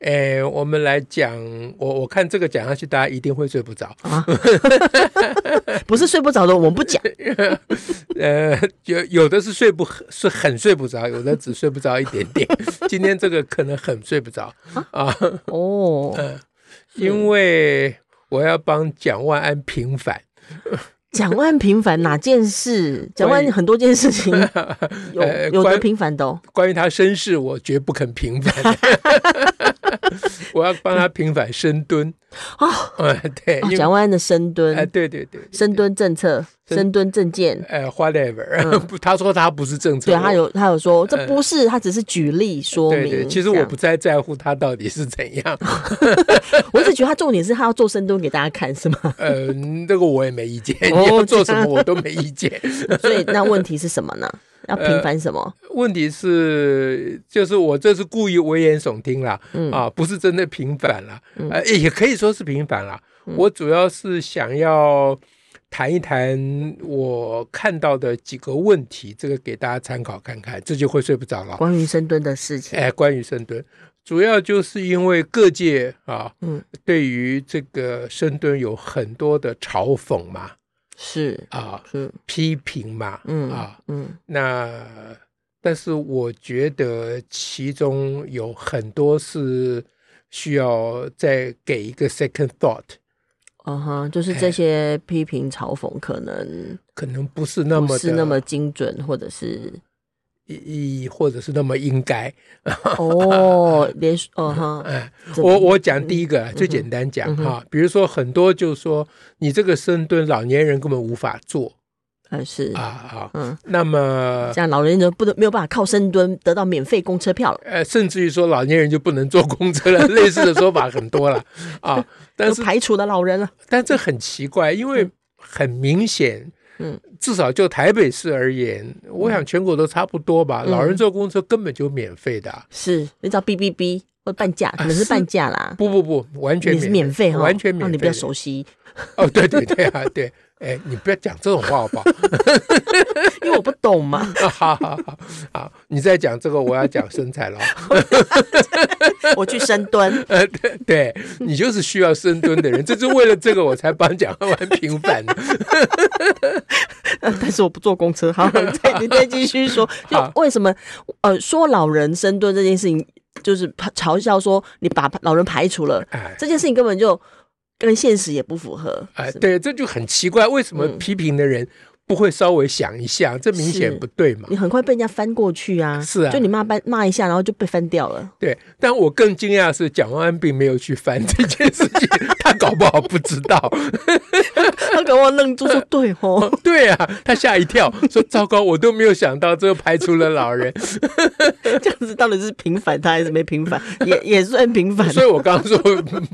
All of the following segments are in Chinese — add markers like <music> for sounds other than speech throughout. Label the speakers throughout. Speaker 1: 诶、呃我们来讲，我我看这个讲下去，大家一定会睡不着。 <laughs>
Speaker 2: 啊，不是睡不着的，我们不讲。
Speaker 1: 呃，有有的是睡不是很睡不着，有的只睡不着一点点。今天这个可能很睡不着啊，
Speaker 2: 哦，
Speaker 1: 因为我要帮蒋万安平反。
Speaker 2: 蒋万平凡哪件事？蒋
Speaker 1: <laughs> 关
Speaker 2: 万
Speaker 1: 于
Speaker 2: 很多件事情有
Speaker 1: 呃
Speaker 2: 有的
Speaker 1: 关
Speaker 2: 平凡的哦。
Speaker 1: 关于他身世，我绝不肯
Speaker 2: <laughs>
Speaker 1: 平反。我要帮他平反深蹲。
Speaker 2: 哦，
Speaker 1: 呃，对，
Speaker 2: 哦
Speaker 1: 因为
Speaker 2: 蒋万安的深
Speaker 1: 哎、
Speaker 2: 蹲、
Speaker 1: 对对对，
Speaker 2: 深蹲政策、
Speaker 1: 深
Speaker 2: 深蹲政见，
Speaker 1: 呃，whatever，、不 <laughs> 他说他不是政
Speaker 2: 嗯
Speaker 1: 策，
Speaker 2: 对他
Speaker 1: 我
Speaker 2: 有他有说，这不是他只是举例说
Speaker 1: 呃对
Speaker 2: 明。
Speaker 1: 对，其实
Speaker 2: 这
Speaker 1: 我
Speaker 2: 样
Speaker 1: 不，太在乎他到底是怎样，
Speaker 2: 我只觉得他重点是他要做深蹲给大家看，是吗？
Speaker 1: <laughs>
Speaker 2: <laughs>
Speaker 1: 呃，这个我也没意见，
Speaker 2: 哦
Speaker 1: 你要做
Speaker 2: 这
Speaker 1: 什
Speaker 2: 样
Speaker 1: 么我都没意见。
Speaker 2: 所以那问题是什么呢？要
Speaker 1: 呃
Speaker 2: 平凡什么？
Speaker 1: 问题是，就是我这是故意危言耸听啦，
Speaker 2: 嗯
Speaker 1: 啊，不是真的平反啦，呃，也可以说是平反啦。
Speaker 2: 嗯
Speaker 1: 我主要是想要谈一谈我看到的几个问题，这个给大家参考看看，这就会睡不着了。
Speaker 2: 关于深蹲的事情，
Speaker 1: 哎，关于深蹲，主要就是因为各界啊，
Speaker 2: 嗯，
Speaker 1: 对于这个深蹲有很多的嘲讽嘛，
Speaker 2: 是
Speaker 1: 啊，
Speaker 2: 是，
Speaker 1: 批评嘛，
Speaker 2: 嗯
Speaker 1: 啊，
Speaker 2: 嗯
Speaker 1: 那但是我觉得其中有很多是需要再给一个 second thought，
Speaker 2: 啊哈，就是这些批评嘲讽可能
Speaker 1: 可能不是那么
Speaker 2: 不
Speaker 1: 的
Speaker 2: 是那么精准，或者
Speaker 1: <laughs>
Speaker 2: 是
Speaker 1: 意义，或者是那么应该。
Speaker 2: 哦，连续哦哈，
Speaker 1: 哎，
Speaker 2: 这
Speaker 1: 我我讲第一个啊最简单讲
Speaker 2: 嗯哼
Speaker 1: 哈，比如说很多就说你这个深蹲老年人根本无法做
Speaker 2: 还是
Speaker 1: 啊呃啊，
Speaker 2: 嗯，
Speaker 1: 那么
Speaker 2: 这样老人就不能没有办法靠深蹲得到免费公车票了，
Speaker 1: 呃，甚至于说老年人就不能坐公车了， <laughs> 类似的说法很多了啊。但是
Speaker 2: 就排除了老人啊了，
Speaker 1: 但这很奇怪，因为很明显，
Speaker 2: 嗯，
Speaker 1: 至少就台北市而言，我想全国都差不多吧。
Speaker 2: 嗯
Speaker 1: 老人坐公车根本就免费的啊，
Speaker 2: 是你只要哔哔哔或半价，可能是
Speaker 1: 啊是
Speaker 2: 半价啦。
Speaker 1: 不不不，完全
Speaker 2: 也是免费哈，
Speaker 1: 完全免
Speaker 2: 让
Speaker 1: 费。
Speaker 2: 你比较熟悉，
Speaker 1: 哦，对对对啊，对。 <laughs> 哎，你不要讲这种话好不 <laughs> 啊好？
Speaker 2: 因为我不懂
Speaker 1: <laughs>
Speaker 2: 嘛，
Speaker 1: 好好好好，你再讲这个，我要讲身材了。 <laughs>
Speaker 2: 我去深蹲，
Speaker 1: 呃，对，对你就是需要深蹲的人，这是为了这个我才帮蒋万安平反
Speaker 2: <laughs>
Speaker 1: 的。
Speaker 2: 呃但是我不坐公车。好，
Speaker 1: <laughs>
Speaker 2: 你再你再继续说，
Speaker 1: 好
Speaker 2: 就为什么呃说老人深蹲这件事情，就是嘲笑说你把老人排除了，
Speaker 1: 哎，
Speaker 2: 这件事情根本就跟现实也不符合。
Speaker 1: 哎，
Speaker 2: 是吗，
Speaker 1: 对，这就很奇怪，为什么
Speaker 2: 嗯
Speaker 1: 批评的人不会稍微想一下？这明显
Speaker 2: 是
Speaker 1: 不对嘛。
Speaker 2: 你很快被人家翻过去啊，
Speaker 1: 是啊
Speaker 2: 就你骂翻骂一下，然后就被翻掉了。 <laughs>
Speaker 1: 对，但我更惊讶的是，蒋万安并没有去翻这件事情，他搞不好不知道。
Speaker 2: 他给我愣住说：“对哦，
Speaker 1: 对啊，他吓一跳，说：“糟糕，我都没有想到，这排除了
Speaker 2: <laughs>
Speaker 1: 老人。
Speaker 2: 这样子到底是平反他还是没平反？也也算平反”。
Speaker 1: 所以我刚刚说，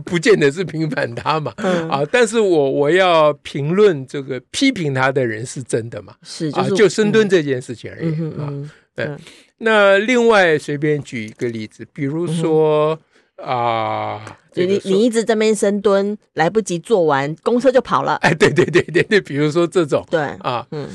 Speaker 1: 不见得是平反他嘛。
Speaker 2: 嗯
Speaker 1: 啊，但是我我要评论这个批评他的人是真的嘛？
Speaker 2: 是，就
Speaker 1: 啊，
Speaker 2: 是嗯
Speaker 1: 就深蹲这件事情而已
Speaker 2: 嗯哼
Speaker 1: 啊。
Speaker 2: 嗯
Speaker 1: 那另外随便举一个例子，比如说啊，
Speaker 2: 就
Speaker 1: 这个
Speaker 2: 嗯你
Speaker 1: 说
Speaker 2: 你一直在那边深蹲，来不及做完，公车就跑了。
Speaker 1: 哎，对对对对对，比如说这种
Speaker 2: 对，
Speaker 1: 啊，
Speaker 2: 嗯，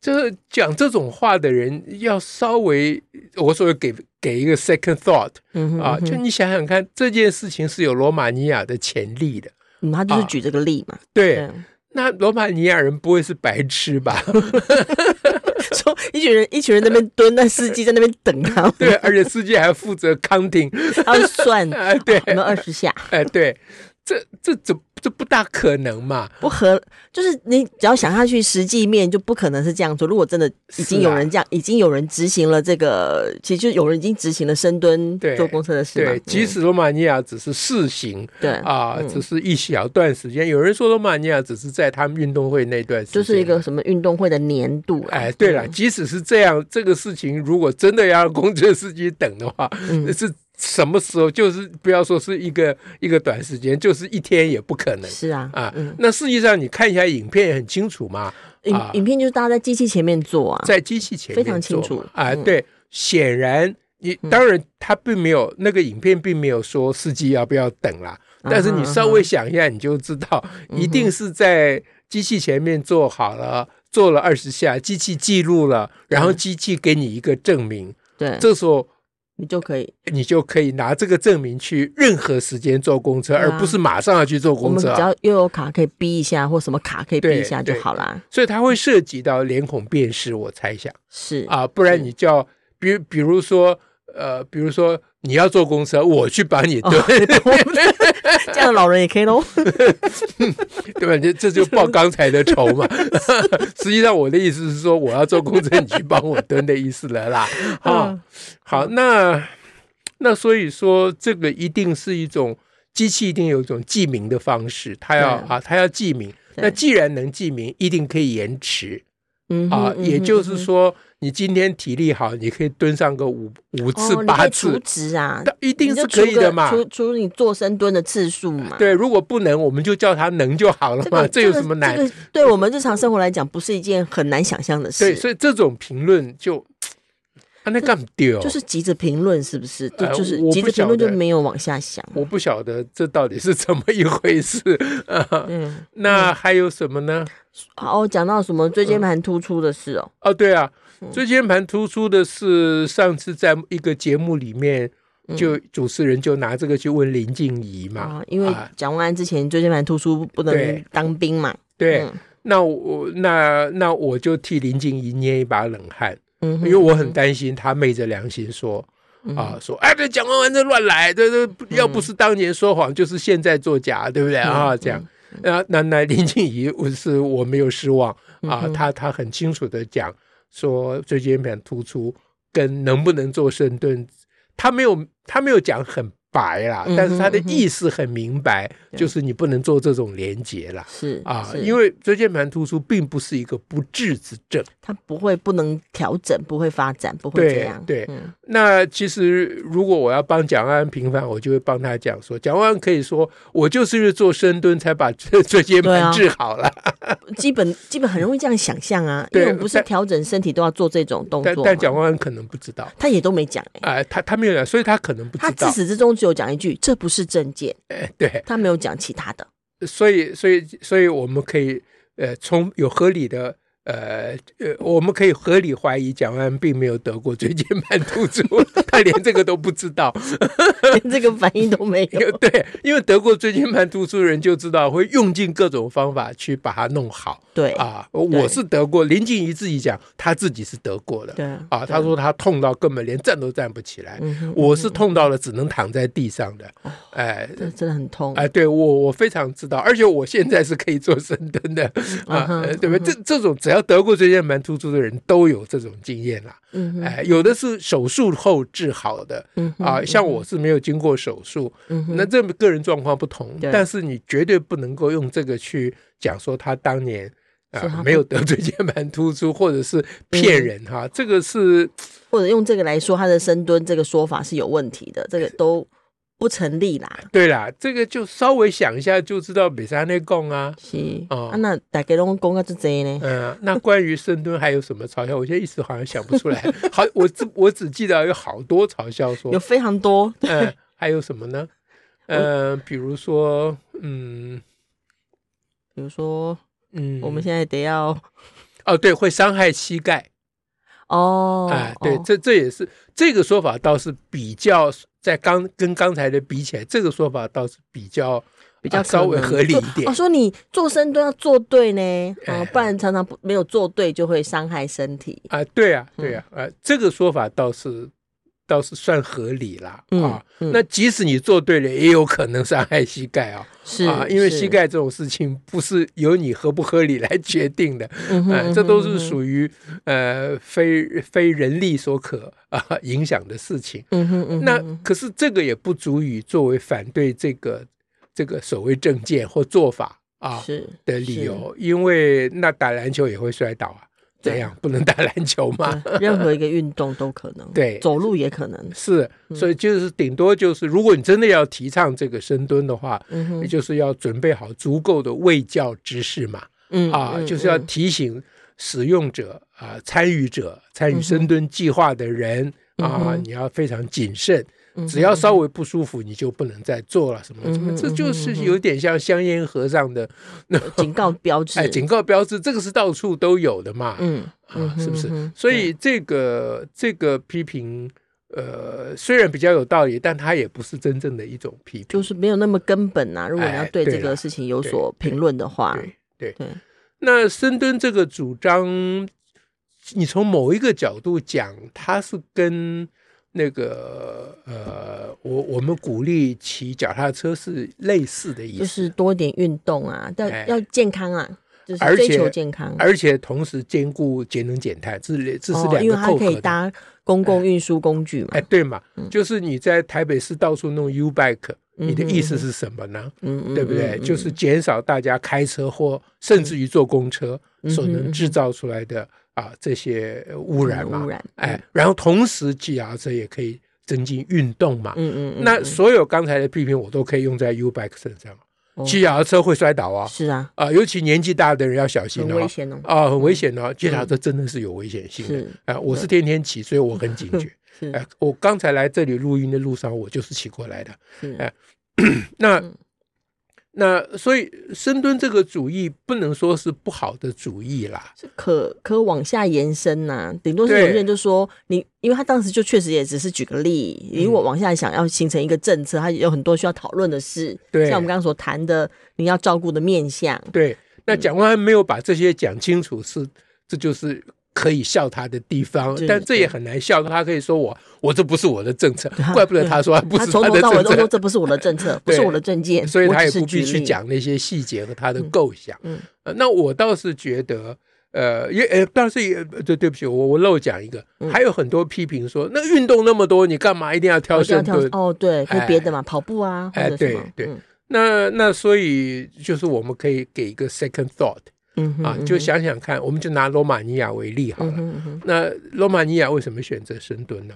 Speaker 1: 就是讲这种话的人要稍微，我所谓给给一个 second thought
Speaker 2: 嗯哼
Speaker 1: 啊，
Speaker 2: 嗯哼
Speaker 1: 就你想想看，这件事情是有罗马尼亚的潜力的，
Speaker 2: 嗯他就是
Speaker 1: 啊
Speaker 2: 举这个例嘛，
Speaker 1: 对，那罗马尼亚人不会是白痴吧？ <laughs>
Speaker 2: 对， <laughs> 说一群人一群人在那边蹲，那司机在那边等他，
Speaker 1: 对，而且司机还负责 counting，
Speaker 2: 他要算有
Speaker 1: 哎， <laughs> 对，
Speaker 2: 没有嗯二十下，
Speaker 1: 哎，对，这这这这不大可能嘛？
Speaker 2: 不合，就是你只要想下去，实际面就不可能是这样做。如果真的已经
Speaker 1: 是啊
Speaker 2: 有人这样，已经有人执行了这个，其实就有人已经执行了深蹲
Speaker 1: 对
Speaker 2: 坐公车的事嘛
Speaker 1: 对，，即使罗马尼亚只是试行
Speaker 2: 嗯嗯对
Speaker 1: 啊，
Speaker 2: 嗯
Speaker 1: 只是一小段时间，有人说罗马尼亚只是在他们运动会那段时
Speaker 2: 就
Speaker 1: 间，
Speaker 2: 是一个什么运动会的年度啦，
Speaker 1: 哎，对了，
Speaker 2: 嗯
Speaker 1: 即使是这样，这个事情如果真的要让公车司机等的话，
Speaker 2: 嗯
Speaker 1: 是什么时候就是不要说是一个一个短时间，就是一天也不可能
Speaker 2: 是啊，
Speaker 1: 啊。
Speaker 2: 嗯，
Speaker 1: 那实际上你看一下影片也很清楚嘛，
Speaker 2: 影
Speaker 1: 啊
Speaker 2: 影片就是大家在机器前面做啊，
Speaker 1: 在机器前面
Speaker 2: 非常清
Speaker 1: 做
Speaker 2: 楚
Speaker 1: 嘛啊、
Speaker 2: 嗯
Speaker 1: 对，显然你当然他并没有、那个影片并没有说司机要不要等啦，
Speaker 2: 嗯哼嗯
Speaker 1: 但是你稍微想一下你就知道，一定是在机器前面做好了。做了二十下，机器记录了，然后
Speaker 2: 嗯
Speaker 1: 机器给你一个证明，
Speaker 2: 啊对，
Speaker 1: 这时候
Speaker 2: 你就可以。
Speaker 1: 你就可以拿这个证明去任何时间坐公车，
Speaker 2: 对啊
Speaker 1: 而不是马上要去坐
Speaker 2: 我
Speaker 1: 公
Speaker 2: 们只
Speaker 1: 车啊。
Speaker 2: 要又有卡可以逼一下，或什么卡可以逼
Speaker 1: 对
Speaker 2: 一下就
Speaker 1: 对
Speaker 2: 好啦。
Speaker 1: 所以它会涉及到脸孔辨识，我猜想
Speaker 2: 是，
Speaker 1: 啊，不然你叫，比如比如说，呃，比如说你要坐公车，我去把你
Speaker 2: 哦
Speaker 1: 蹲，
Speaker 2: <laughs> 这样的老人也可以喽。
Speaker 1: 对吧？这这就报刚才的仇嘛。 <laughs> 实际上我的意思是说，我要坐公车，你去帮我蹲的意思了啦。啊、
Speaker 2: 嗯
Speaker 1: <laughs> 好，那那所以说，这个一定是一种机器，一定有一种记名的方式，它要
Speaker 2: 对
Speaker 1: 啊，它要记名。
Speaker 2: 对
Speaker 1: 那既然能记名，一定可以延迟
Speaker 2: 嗯哼
Speaker 1: 啊。
Speaker 2: 嗯
Speaker 1: 也
Speaker 2: 哼
Speaker 1: 就
Speaker 2: 嗯
Speaker 1: 是
Speaker 2: 哼
Speaker 1: 说，你今天体力好，你可以蹲上个五五次
Speaker 2: 哦你可
Speaker 1: 八
Speaker 2: 以除
Speaker 1: 次，
Speaker 2: 值啊，
Speaker 1: 那一定
Speaker 2: 你就是
Speaker 1: 可以
Speaker 2: 除个
Speaker 1: 的嘛。
Speaker 2: 除除你做深蹲的次数嘛。
Speaker 1: 对，如果不能，我们就叫他能就好了
Speaker 2: 这
Speaker 1: 嘛，
Speaker 2: 个
Speaker 1: 这有什么难
Speaker 2: 这？个对我们日常生活来讲，不是一件很难想象的事。
Speaker 1: 对，所以这种评论就啊，那干掉，
Speaker 2: 就是急着评论，是不是？就
Speaker 1: 呃
Speaker 2: 就是
Speaker 1: 我
Speaker 2: 急
Speaker 1: 不
Speaker 2: 着评论
Speaker 1: 晓
Speaker 2: 就
Speaker 1: 得
Speaker 2: 没有往下想。
Speaker 1: 我不晓得这到底是怎么一
Speaker 2: <laughs>
Speaker 1: 回事。啊
Speaker 2: 嗯，
Speaker 1: 那还有什么呢？
Speaker 2: 好，讲到什么椎间盘突出的事哦，
Speaker 1: 哦，对啊，椎间盘突出的是上次在一个节目里面，
Speaker 2: 嗯
Speaker 1: 就主持人就拿这个去问林静怡嘛
Speaker 2: 啊，，哦因为
Speaker 1: 啊
Speaker 2: 蒋万安之前椎间盘突出不能
Speaker 1: 对
Speaker 2: 当兵嘛，
Speaker 1: 对
Speaker 2: 嗯，
Speaker 1: 那我那那我就替林静怡捏一把冷汗，
Speaker 2: 嗯哼，嗯
Speaker 1: 因为我很担心她昧着良心说。啊，说哎，这蒋万安这乱来，这这不要不是当年说谎，就是现在作假，对不对啊？这样，
Speaker 2: 嗯
Speaker 1: 那那那林静怡，我是我没有失望
Speaker 2: 嗯
Speaker 1: 啊，她她很清楚的讲说椎间盘突出跟能不能做深蹲，她没有她没有讲很白啦
Speaker 2: 嗯哼，
Speaker 1: 但是她的
Speaker 2: 嗯哼
Speaker 1: 意思很明白，
Speaker 2: 对
Speaker 1: 就是你不能做这种连结啦。
Speaker 2: 是
Speaker 1: 啊，
Speaker 2: 是
Speaker 1: 因为椎间盘突出并不是一个不治之症。
Speaker 2: 它不会不能调整，不会发展，不会
Speaker 1: 对
Speaker 2: 这样。
Speaker 1: 对
Speaker 2: 嗯
Speaker 1: 那其实如果我要帮蒋万安平反，我就会帮他讲说，蒋万安可以说我就是因为做深蹲才把这椎间
Speaker 2: 对啊
Speaker 1: 盘治好了，
Speaker 2: 基本基本很容易这样想象啊，因
Speaker 1: 对
Speaker 2: 为我们不是
Speaker 1: 但
Speaker 2: 调整身体都要做这种动
Speaker 1: 但
Speaker 2: 作
Speaker 1: 但
Speaker 2: 嘛
Speaker 1: 蒋万安可能不知道，
Speaker 2: 他也都没讲哎、
Speaker 1: 啊、他他没有讲，所以他可能不
Speaker 2: 他
Speaker 1: 知
Speaker 2: 自
Speaker 1: 道，
Speaker 2: 始至终只有讲一句这不是证件，
Speaker 1: 哎，对，
Speaker 2: 他没有讲其他的。 <laughs>
Speaker 1: 所以所以所以我们可以呃，从有合理的。呃呃，我们可以合理怀疑蒋万安并没有得过椎 <laughs> 间盘突出，他连这个都不知道。
Speaker 2: 连这个反应都没有。
Speaker 1: 对， <laughs> 因为得过椎间盘突出的人就知道会用尽各种方法去把它弄好。
Speaker 2: 对
Speaker 1: 啊，我是得过。林静怡自己讲，她自己是得过的
Speaker 2: 对啊，
Speaker 1: 啊。她说她痛到根本连站都站不起来，
Speaker 2: 嗯哦哼，
Speaker 1: 我是痛到了只能躺在地上的。哎
Speaker 2: 这真的很痛。
Speaker 1: 哎，对我我非常知道，而且我现在是可以做深蹲
Speaker 2: <laughs>
Speaker 1: 的
Speaker 2: 嗯
Speaker 1: 啊
Speaker 2: 哼，
Speaker 1: 呃对不对？这这种只要得过椎间盘突出的人都有这种经验啦。
Speaker 2: 嗯哼，
Speaker 1: 哎，有的是手术后治好的，
Speaker 2: 嗯哼
Speaker 1: 啊，像我是没有经过手术，
Speaker 2: 嗯哼，
Speaker 1: 那这个人状况不同，
Speaker 2: 对
Speaker 1: 但是你绝对不能够用这个去讲说他当年啊、
Speaker 2: 说他
Speaker 1: 呃、
Speaker 2: 不嗯
Speaker 1: 没有得 <laughs> 椎间盘突出，或者是骗人哈、这个是
Speaker 2: 或者用这个来说，他的深蹲这个说法是有问题的，这个都不成立啦。
Speaker 1: 对啦，这个就稍微想一下就知道北山内供啊。
Speaker 2: 是、
Speaker 1: 哦
Speaker 2: 啊，那大家拢讲到这这呢？
Speaker 1: 嗯、那关于深蹲还有什么嘲笑？我现在一时好像想不出来。好，我只我只记得有好多嘲笑说
Speaker 2: 有，非常多，
Speaker 1: 嗯、还有什么呢？呃，比如说，嗯
Speaker 2: 比如说
Speaker 1: 嗯，
Speaker 2: 我们现在得要
Speaker 1: 哦，对，会伤害膝盖。
Speaker 2: 哦，
Speaker 1: 哎，对，
Speaker 2: 哦
Speaker 1: 这这也是这个说法倒是比较在刚跟刚才的比起来，这个说法倒是比较
Speaker 2: 比较
Speaker 1: 啊稍微
Speaker 2: 可能
Speaker 1: 合理一
Speaker 2: 我、
Speaker 1: 点
Speaker 2: 哦、。说你做深蹲要做对呢，哦
Speaker 1: 哎，
Speaker 2: 不然常常不没有做对就会伤害身体。
Speaker 1: 啊，对啊，
Speaker 2: 嗯
Speaker 1: 对啊，啊，这个说法倒是倒是算合理啦
Speaker 2: 嗯
Speaker 1: 啊
Speaker 2: 嗯。
Speaker 1: 那即使你做对了，也有可能伤害膝盖啊
Speaker 2: <laughs> 是
Speaker 1: 啊，因为
Speaker 2: 嗯是
Speaker 1: 膝盖这种事情不是由你合不合理来决定的，
Speaker 2: 嗯哼
Speaker 1: 啊，
Speaker 2: 嗯
Speaker 1: 这
Speaker 2: 哼
Speaker 1: 都
Speaker 2: 嗯
Speaker 1: 是
Speaker 2: 哼
Speaker 1: 属于呃非非人力所可啊影响的事情。
Speaker 2: 嗯哼嗯哼，
Speaker 1: 那可是这个也不足以作为反对这个这个所谓政见或做法啊
Speaker 2: 是
Speaker 1: 的理由，因为那打篮球也会摔倒啊，怎样 <laughs> 不能打篮球吗？
Speaker 2: 对任何一个运动都可能，
Speaker 1: 对
Speaker 2: 走路也可能，
Speaker 1: 是，
Speaker 2: 嗯
Speaker 1: 所以就是顶多就是，如果你真的要提倡这个深蹲的话，
Speaker 2: 嗯
Speaker 1: 也
Speaker 2: 哼，
Speaker 1: 就是要准备好足够的卫教知识嘛，
Speaker 2: 嗯
Speaker 1: 啊，
Speaker 2: 嗯
Speaker 1: 就是要
Speaker 2: 嗯
Speaker 1: 提醒使用者啊、参与者、参
Speaker 2: 嗯
Speaker 1: 与深蹲计划的人啊，你要非常谨慎，
Speaker 2: 嗯
Speaker 1: 只要稍微不舒服，你就不能再做了，什么什么，
Speaker 2: 嗯哼
Speaker 1: 这就是
Speaker 2: 嗯哼
Speaker 1: 有点像香烟盒上的那种
Speaker 2: 警告标志，
Speaker 1: 哎警告标志，这个是到处都有的嘛，
Speaker 2: 嗯，嗯
Speaker 1: 啊，
Speaker 2: 哼
Speaker 1: 是不是
Speaker 2: 嗯哼？
Speaker 1: 所以这个这个批评，呃，虽然比较有道理，但它也不是真正的一种批评。
Speaker 2: 就是没有那么根本呐。如果你要
Speaker 1: 哎
Speaker 2: 对
Speaker 1: 对
Speaker 2: 这个
Speaker 1: 啦
Speaker 2: 事情有所评论的话，
Speaker 1: 对对
Speaker 2: 啊对，
Speaker 1: 那深蹲这个主张，你从某一个角度讲，它是跟那个呃，我我们鼓励骑脚踏车是类似的意
Speaker 2: 就
Speaker 1: 思，
Speaker 2: 是多一点运动啊，
Speaker 1: 哎
Speaker 2: 但要健康啊，就是
Speaker 1: 而
Speaker 2: 追
Speaker 1: 且
Speaker 2: 求健康。
Speaker 1: 而且同时兼顾节能减碳，这是这是
Speaker 2: 嗯哦，
Speaker 1: 两
Speaker 2: 因为
Speaker 1: 个
Speaker 2: 它
Speaker 1: 扣
Speaker 2: 可以
Speaker 1: 合的。
Speaker 2: 搭嗯公共运输工具嘛
Speaker 1: 哎，，对嘛，就是你在台北市到处弄 U bike，你的意思是什么呢？
Speaker 2: 嗯嗯，
Speaker 1: 对不对？
Speaker 2: 嗯嗯
Speaker 1: 就是减少大家开车或甚至于坐公车
Speaker 2: 嗯嗯
Speaker 1: 所
Speaker 2: 哼
Speaker 1: 能制造出来的啊这些污染嘛
Speaker 2: 污染，嗯
Speaker 1: 哎，然后同时骑脚踏车也可以增进运动嘛。
Speaker 2: 嗯嗯嗯，
Speaker 1: 那所有刚才的批评我都可以用在 U bike 身上，
Speaker 2: 哦
Speaker 1: 骑脚踏车会摔倒啊
Speaker 2: 是啊，
Speaker 1: 啊，尤其年纪大的人要小心
Speaker 2: 很危
Speaker 1: 哦。
Speaker 2: 险哦，
Speaker 1: 啊，很危险哦！骑脚踏车真的是有危险性的
Speaker 2: 是嗯
Speaker 1: 啊！我是天天骑，所以我很警觉。
Speaker 2: 是
Speaker 1: 哎，我刚才来这里录音的路上，我就是骑过来的。
Speaker 2: 是
Speaker 1: 哎那、
Speaker 2: 嗯
Speaker 1: 那所以深蹲这个主义不能说是不好的主义啦，
Speaker 2: 是可可往下延伸呐、顶多是有些人就说你，因为他当时就确实也只是举个例，你如
Speaker 1: 嗯
Speaker 2: 果往下想要形成一个政策，它有很多需要讨论的事，
Speaker 1: 对
Speaker 2: 像我们刚刚所谈的，你要照顾的面向，
Speaker 1: 对。
Speaker 2: 嗯
Speaker 1: 那蒋万安没有把这些讲清楚是，这就是可以笑他的地方
Speaker 2: 对，
Speaker 1: 但这也很难笑他。可以说我我这不是我的
Speaker 2: <laughs>
Speaker 1: 政策，怪不得他说不
Speaker 2: 他
Speaker 1: 是
Speaker 2: 从
Speaker 1: 他
Speaker 2: 头
Speaker 1: 的
Speaker 2: 到尾
Speaker 1: 政
Speaker 2: 都说
Speaker 1: 策，
Speaker 2: 这不是我的政策，不
Speaker 1: 对
Speaker 2: 是我的政见，
Speaker 1: 所以
Speaker 2: 我
Speaker 1: 他
Speaker 2: 只
Speaker 1: 也
Speaker 2: 是
Speaker 1: 不必
Speaker 2: 举
Speaker 1: 去
Speaker 2: 例，
Speaker 1: 讲那些细节和他的构想。
Speaker 2: 嗯
Speaker 1: 呃那我倒是觉得。呃，也呃，但是也呃对，对不起，我我漏讲一个，
Speaker 2: 嗯
Speaker 1: 还有很多批评说，那运动那么多，你干嘛一定要挑
Speaker 2: 我就要
Speaker 1: 深
Speaker 2: 跳
Speaker 1: 蹲？
Speaker 2: 哦，对，可以
Speaker 1: 哎
Speaker 2: 别的嘛，跑步啊，或
Speaker 1: 哎
Speaker 2: 者什
Speaker 1: 对
Speaker 2: 么，
Speaker 1: 对
Speaker 2: 嗯
Speaker 1: 那那所以就是我们可以给一个 second thought
Speaker 2: 嗯哼
Speaker 1: 啊，
Speaker 2: 嗯
Speaker 1: 就想想看，我们就拿罗马尼亚为例好
Speaker 2: 嗯
Speaker 1: 了。
Speaker 2: 哼嗯哼
Speaker 1: 那罗马尼亚为什么选择深蹲呢？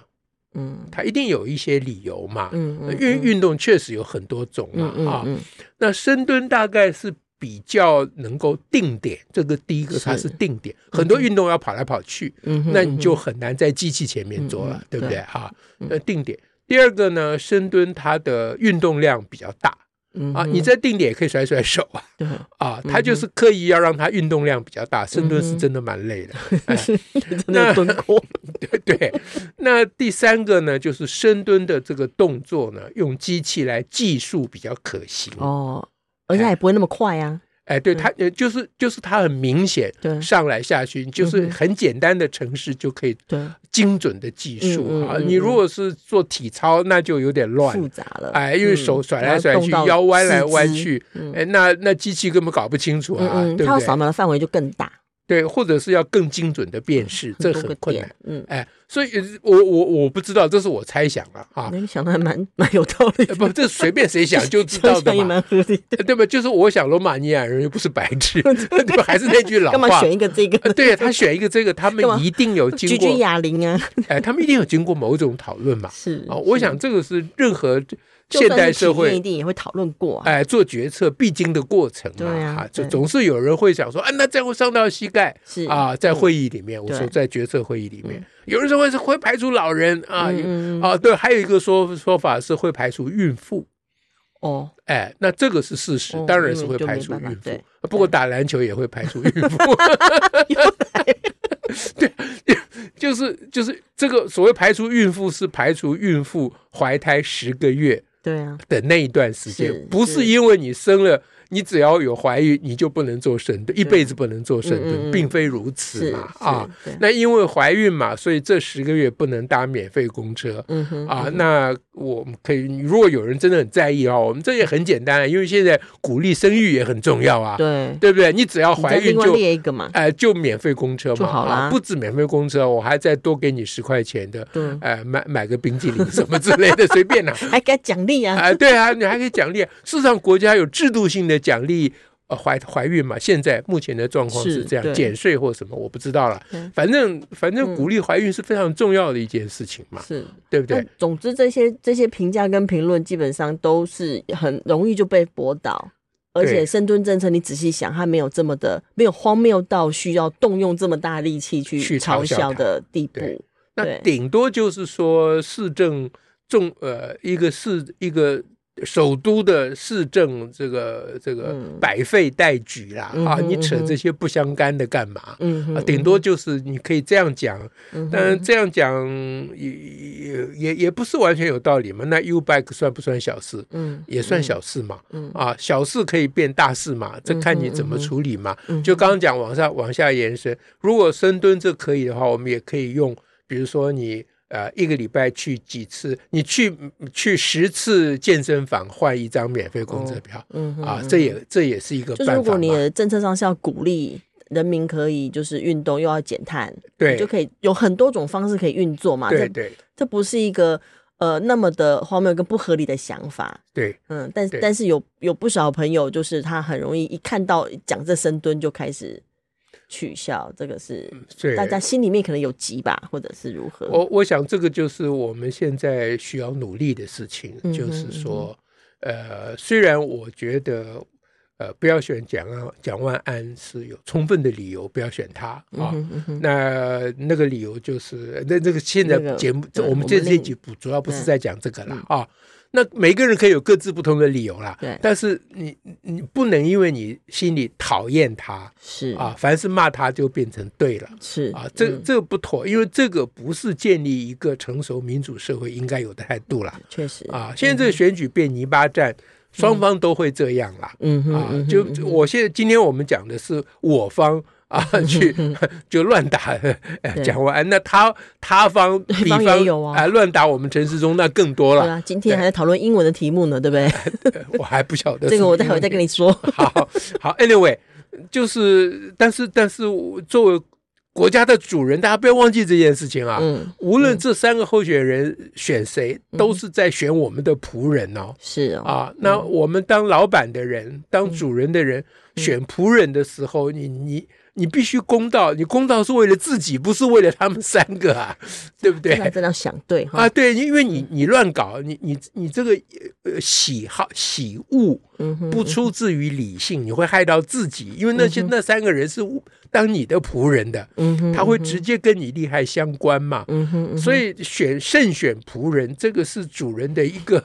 Speaker 2: 嗯
Speaker 1: 它一定有一些理由嘛。
Speaker 2: 嗯嗯
Speaker 1: 运运动确实有很多种嘛
Speaker 2: 嗯嗯
Speaker 1: 啊。
Speaker 2: 嗯
Speaker 1: 那深蹲大概是比较能够定点，这个第一个
Speaker 2: 是
Speaker 1: 它是定点，很多运动要跑来跑去，
Speaker 2: 嗯哼，
Speaker 1: 那你就
Speaker 2: 嗯
Speaker 1: 很难在机器前面做
Speaker 2: 嗯
Speaker 1: 了
Speaker 2: 嗯，
Speaker 1: 对不
Speaker 2: 对
Speaker 1: 对啊？那定点。第二个呢，深蹲它的运动量比较大
Speaker 2: 嗯
Speaker 1: 啊，
Speaker 2: 哼嗯
Speaker 1: 你在定点也可以甩甩手啊。
Speaker 2: 对 <laughs>
Speaker 1: 啊，他就是刻意要让他运动量比较大，深蹲是真的蛮累的。
Speaker 2: 真嗯的有蹲过，
Speaker 1: <laughs> 对对，那第三个呢，就是深蹲的这个动作呢，用机器来计数比较可行。
Speaker 2: 哦，而且它也不会那么快啊。
Speaker 1: 哎，对他，呃就是就是他很明显
Speaker 2: 对嗯
Speaker 1: 上来下去，就是很简单的程式就可以
Speaker 2: 对，
Speaker 1: 精准的计数
Speaker 2: 嗯嗯
Speaker 1: 啊。
Speaker 2: 嗯
Speaker 1: 你如果是做体操，那就有点乱
Speaker 2: 复。杂了。
Speaker 1: 哎，因为手
Speaker 2: 嗯
Speaker 1: 甩
Speaker 2: 然
Speaker 1: 来
Speaker 2: 后
Speaker 1: 甩
Speaker 2: 动
Speaker 1: 去，
Speaker 2: 到
Speaker 1: 腰弯来
Speaker 2: 四肢
Speaker 1: 弯去，
Speaker 2: 嗯
Speaker 1: 哎，那那机器根本搞不清楚啊，
Speaker 2: 嗯嗯，
Speaker 1: 对
Speaker 2: 它要
Speaker 1: 不对
Speaker 2: 扫？描的范围就更大，
Speaker 1: 对，或者是要更精准的辨识，这
Speaker 2: 多个
Speaker 1: 很困难
Speaker 2: 点。。嗯，
Speaker 1: 哎，所以呃我我我不知道，这是我猜想了
Speaker 2: <laughs>
Speaker 1: 啊。
Speaker 2: 那你想的还蛮蛮有道理
Speaker 1: 呃
Speaker 2: 的，
Speaker 1: 不，这随便谁想就知
Speaker 2: 想 <laughs>
Speaker 1: 道的
Speaker 2: 想也
Speaker 1: 嘛，
Speaker 2: 蛮合理的。
Speaker 1: 呃对吧？就是我想罗马尼亚人又不是白
Speaker 2: <laughs>
Speaker 1: 痴，对吧？还是那句老
Speaker 2: 干嘛
Speaker 1: 话
Speaker 2: 选，一个这个
Speaker 1: 呃对他选一个这个，他们
Speaker 2: 干嘛
Speaker 1: 一定有 <laughs> 经
Speaker 2: 居居
Speaker 1: 过，
Speaker 2: 哑铃啊？
Speaker 1: <laughs> 哎，他们一定有经过某种讨论嘛。
Speaker 2: 是
Speaker 1: 啊，我
Speaker 2: 是
Speaker 1: 想这个是任何
Speaker 2: 就
Speaker 1: 现
Speaker 2: 算是
Speaker 1: 代社
Speaker 2: 体验一
Speaker 1: 会。
Speaker 2: 定也会讨论过啊。
Speaker 1: 哎，做决策必经的过程嘛，
Speaker 2: 对啊
Speaker 1: 就
Speaker 2: 对
Speaker 1: 总是有人会想说，啊，那这样会伤到膝盖，
Speaker 2: 是
Speaker 1: 啊，在会议里面，我
Speaker 2: 对嗯
Speaker 1: 说在决策会议里面，有人说会是会排除老人啊，有
Speaker 2: 嗯嗯
Speaker 1: 啊，对，还有一个说说法是会排除孕妇，
Speaker 2: 哦，
Speaker 1: 哎，那这个是事实
Speaker 2: 哦，
Speaker 1: 当然是
Speaker 2: 因
Speaker 1: 会
Speaker 2: 为就
Speaker 1: 排
Speaker 2: 没
Speaker 1: 除
Speaker 2: 办法
Speaker 1: 孕妇
Speaker 2: 对，
Speaker 1: 不过打篮球也会排除孕妇，
Speaker 2: <laughs>
Speaker 1: 对， <laughs> 就是就是这个所谓排除孕妇是排除孕妇怀胎十个月
Speaker 2: 对啊，
Speaker 1: 的那一段时间
Speaker 2: 是，
Speaker 1: 不
Speaker 2: 是
Speaker 1: 是因为你生了。你只要有怀孕，你就不能做深蹲，一辈子不能做深
Speaker 2: 嗯嗯嗯
Speaker 1: 蹲，并非如
Speaker 2: 是
Speaker 1: 此嘛啊！，
Speaker 2: 是对
Speaker 1: 那因为怀孕嘛，所以这十个月不能搭免费公车。
Speaker 2: 嗯哼，
Speaker 1: 啊，那我们可以，如果有人真的很在意哦，我们这也很简单啊，因为现在鼓励生育也很重要啊，
Speaker 2: 对，
Speaker 1: 对不对？你只要
Speaker 2: 你
Speaker 1: 怀
Speaker 2: 再
Speaker 1: 孕
Speaker 2: 另外
Speaker 1: 就，
Speaker 2: 列一个嘛，
Speaker 1: 哎、就免费公车嘛，
Speaker 2: 就好啦
Speaker 1: 啊不止免费公车，我还再多给你十块钱的， <laughs>
Speaker 2: 对，
Speaker 1: 哎、买买个冰激凌什么之类的，随
Speaker 2: <laughs>
Speaker 1: 便啦、
Speaker 2: 还给他奖励啊，
Speaker 1: 哎、对啊，你还可以奖励。事实上，国家有制度性的奖励呃怀怀孕嘛，现在目前的状况是
Speaker 2: 是
Speaker 1: 这样，
Speaker 2: 对
Speaker 1: 减税或什么我不知道了
Speaker 2: 嗯，
Speaker 1: 反正反正鼓励怀孕是非常重要的一件事情嘛，
Speaker 2: 是。
Speaker 1: 对不对
Speaker 2: 但？总之，这些这些评价跟评论基本上都是很容易就被驳倒，而
Speaker 1: 对
Speaker 2: 且深蹲政策，你仔细想，它没有这么的没有荒谬到需要动用这么大力气去
Speaker 1: 去嘲
Speaker 2: 嘲
Speaker 1: 笑
Speaker 2: 笑
Speaker 1: 它
Speaker 2: 的地步。
Speaker 1: 对那
Speaker 2: 对
Speaker 1: 顶多就是说市政重呃一个市一个首都的市政这个这个
Speaker 2: 嗯
Speaker 1: 百废待举啦、
Speaker 2: 嗯
Speaker 1: 啊，
Speaker 2: 哼
Speaker 1: 你扯
Speaker 2: 嗯哼
Speaker 1: 这些不相干的干嘛？
Speaker 2: 嗯哼，
Speaker 1: 啊，顶多就是你可以这样讲，
Speaker 2: 嗯哼
Speaker 1: 当然这样讲也也也也不是完全有道理嘛。那 U bike 算不算小事？
Speaker 2: 嗯
Speaker 1: 也算小事嘛，
Speaker 2: 嗯
Speaker 1: 啊，小事可以变大事嘛，这看你怎么处理嘛。
Speaker 2: 嗯
Speaker 1: 就刚刚讲往上往下延伸，如果深蹲这可以的话，我们也可以用，比如说你呃一个礼拜去几次，你去去十次健身房换一张免费公车票、
Speaker 2: 嗯哼
Speaker 1: 啊，这也这也是一个
Speaker 2: 就是如
Speaker 1: 办法
Speaker 2: 果你
Speaker 1: 嘛。
Speaker 2: 的政策上是要鼓励人民可以就是运动又要减碳，
Speaker 1: 对
Speaker 2: 你就可以有很多种方式可以运作嘛。
Speaker 1: 对
Speaker 2: 这
Speaker 1: 对
Speaker 2: 这不是一个呃那么的荒谬跟不合理的想法。
Speaker 1: 对，
Speaker 2: 嗯，但
Speaker 1: 对
Speaker 2: 但是有有不少朋友就是他很容易一看到讲这深蹲就开始取笑，这个是
Speaker 1: 所以
Speaker 2: 大家心里面可能有急吧，或者是如何？
Speaker 1: 我我想这个就是我们现在需要努力的事情，
Speaker 2: 嗯哼
Speaker 1: 就是说，呃，虽然我觉得，呃，不要选蒋安蒋万安是有充分的理由不要选他
Speaker 2: 嗯
Speaker 1: 啊。
Speaker 2: 哼嗯哼
Speaker 1: 那那个理由就是，那那个现在
Speaker 2: 那个
Speaker 1: 节目，这
Speaker 2: 对
Speaker 1: 我们
Speaker 2: 我
Speaker 1: 这
Speaker 2: 们
Speaker 1: 这
Speaker 2: 另
Speaker 1: 集不主要不是在讲这个啦啊。那每个人可以有各自不同的理由啦，
Speaker 2: 对
Speaker 1: 但是你你不能因为你心里讨厌他
Speaker 2: 是
Speaker 1: 啊，凡是骂他就变成对了。
Speaker 2: 是
Speaker 1: 啊，这
Speaker 2: 嗯
Speaker 1: 这个不妥，因为这个不是建立一个成熟民主社会应该有的态度啦。
Speaker 2: 确实
Speaker 1: 啊，现在
Speaker 2: 嗯
Speaker 1: 这个选举变泥巴战，双方都会这样啦。
Speaker 2: 嗯哼
Speaker 1: 啊
Speaker 2: 嗯，哼
Speaker 1: 就
Speaker 2: 嗯哼嗯
Speaker 1: 我现在今天我们讲的是我方。啊，去就乱打，呃
Speaker 2: 对
Speaker 1: 讲完那他他方
Speaker 2: 对
Speaker 1: 比
Speaker 2: 方也
Speaker 1: 方
Speaker 2: 有啊
Speaker 1: 乱打我们陈世忠那更多
Speaker 2: 对
Speaker 1: 了，
Speaker 2: 啊，今天还在讨论英文的题目呢，对不
Speaker 1: <laughs>
Speaker 2: 对？
Speaker 1: 我还不晓得
Speaker 2: 这
Speaker 1: 是
Speaker 2: 个我
Speaker 1: 因
Speaker 2: 待会
Speaker 1: 为
Speaker 2: 再跟你说。
Speaker 1: 好好，anyway，就是，但是，但是我作为国家的主人，大家不要忘记这件事情啊。
Speaker 2: 嗯，
Speaker 1: 无论这三个候选人选谁，都是在选我们的仆人哦。
Speaker 2: 是哦，嗯
Speaker 1: 啊，那我们当老板的人、当主人的人选仆人的时候，你你你必须公道，你公道是为了自己，不是为了他们三个啊， <laughs> 对不对？
Speaker 2: 那真的要想对嗯哈。
Speaker 1: 啊，对，因为你你乱搞，你你你这个呃喜好喜恶
Speaker 2: 嗯哼，
Speaker 1: 不出自于理性，你会害到自己，因为那些那三个人是当你的仆人的，
Speaker 2: 嗯哼，
Speaker 1: 他会直接跟你利害相关嘛。
Speaker 2: 嗯哼，嗯哼
Speaker 1: 所以选慎选仆人，这个是主人的一
Speaker 2: <laughs>
Speaker 1: 个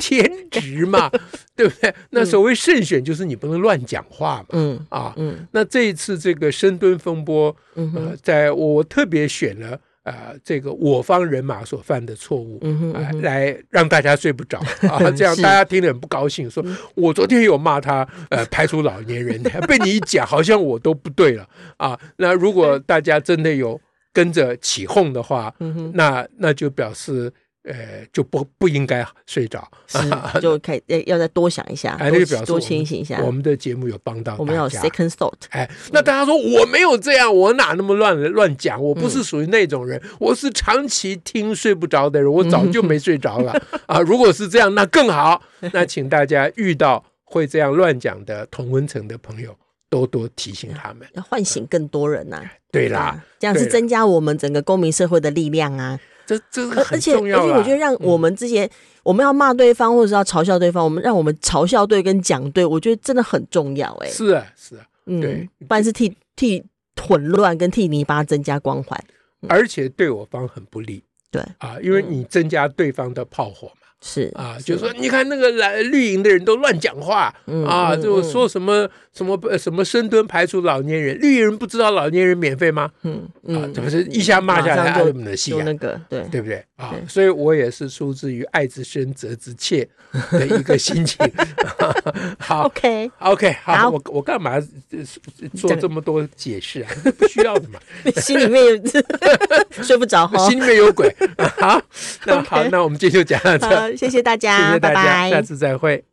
Speaker 1: 天职嘛，对不对？那所谓慎选，就是你不能乱讲话嘛，
Speaker 2: 嗯
Speaker 1: 啊。
Speaker 2: 嗯
Speaker 1: 那这一次这个深蹲风波，
Speaker 2: 嗯哼
Speaker 1: 呃，在我我特别选了呃这个我方人马所犯的错误，
Speaker 2: 嗯哼
Speaker 1: 啊，来让大家睡不
Speaker 2: <laughs>
Speaker 1: 着啊，这样
Speaker 2: 是嗯
Speaker 1: 大家听得很不高兴，说我昨天有骂他，
Speaker 2: <laughs>
Speaker 1: 呃，排除老年人， <laughs> 被你一讲，好像我都不对了啊。那如果大家真的有跟着起哄的话，
Speaker 2: 嗯哼，
Speaker 1: 那那就表示呃就不不应该睡着， <laughs>
Speaker 2: 是就可以要要再多想一下，
Speaker 1: 哎，
Speaker 2: 多
Speaker 1: 那就表示
Speaker 2: 多
Speaker 1: 我们
Speaker 2: 清醒一下。
Speaker 1: 我们的节目有帮到
Speaker 2: 我们要
Speaker 1: 大
Speaker 2: 有
Speaker 1: 家。
Speaker 2: second thought，
Speaker 1: 哎，那大家说我没有这样，我哪那么乱乱讲？我不是
Speaker 2: 嗯
Speaker 1: 属于那种人，我是长期听睡不着的人，我早就没
Speaker 2: <laughs>
Speaker 1: 睡着了啊！如果是这样，那更好。那请大家遇到会这样乱讲的同温层的朋友，多多提醒他们。
Speaker 2: 要唤醒更多人呐、对
Speaker 1: 对啦
Speaker 2: 啊，，这样是
Speaker 1: 对啦
Speaker 2: 增加我们整个公民社会的力量啊。
Speaker 1: 这这个
Speaker 2: 而而
Speaker 1: 很
Speaker 2: 且而
Speaker 1: 重
Speaker 2: 且，
Speaker 1: 要啦嗯
Speaker 2: 我觉得让我们之前、我们要骂对方或者是要嘲笑对方，我们让我们嘲笑对跟讲对，我觉得真的很重要哎、
Speaker 1: 是啊是啊，对
Speaker 2: 嗯，不然是替替混乱跟替泥巴增加光环。
Speaker 1: 而且对我方很不利
Speaker 2: 嗯对，嗯
Speaker 1: 啊，因为你增加对方的炮火嘛。
Speaker 2: 是
Speaker 1: 啊，就是说你看那个蓝绿营的人都乱讲话
Speaker 2: 嗯
Speaker 1: 啊，
Speaker 2: 嗯
Speaker 1: 就说什么什么呃什么深蹲排除老年人，绿营人不知道老年人免费吗？
Speaker 2: 嗯
Speaker 1: 啊，
Speaker 2: 嗯，
Speaker 1: 这不是一下骂下来，
Speaker 2: 马上
Speaker 1: 爱
Speaker 2: 就
Speaker 1: 我们的戏
Speaker 2: 就
Speaker 1: 啊
Speaker 2: 那。个对，
Speaker 1: 对不对啊？
Speaker 2: 对
Speaker 1: 所以我也是出自于爱之深责之切的一个心
Speaker 2: <laughs>
Speaker 1: 情。好
Speaker 2: <laughs> OK，
Speaker 1: ，OK，好，
Speaker 2: 好
Speaker 1: 我我干嘛呃做
Speaker 2: 讲
Speaker 1: 这么多解释啊？不需要的
Speaker 2: <laughs>
Speaker 1: 嘛。
Speaker 2: 心里面 <laughs> 睡不着哈
Speaker 1: <laughs> 心。里面
Speaker 2: <laughs>
Speaker 1: 有鬼。好，那好，
Speaker 2: OK
Speaker 1: 那我们今天就讲到这，
Speaker 2: 好，谢谢大
Speaker 1: 谢
Speaker 2: 家，
Speaker 1: 谢大
Speaker 2: 拜
Speaker 1: 家，
Speaker 2: 拜
Speaker 1: 下次再会。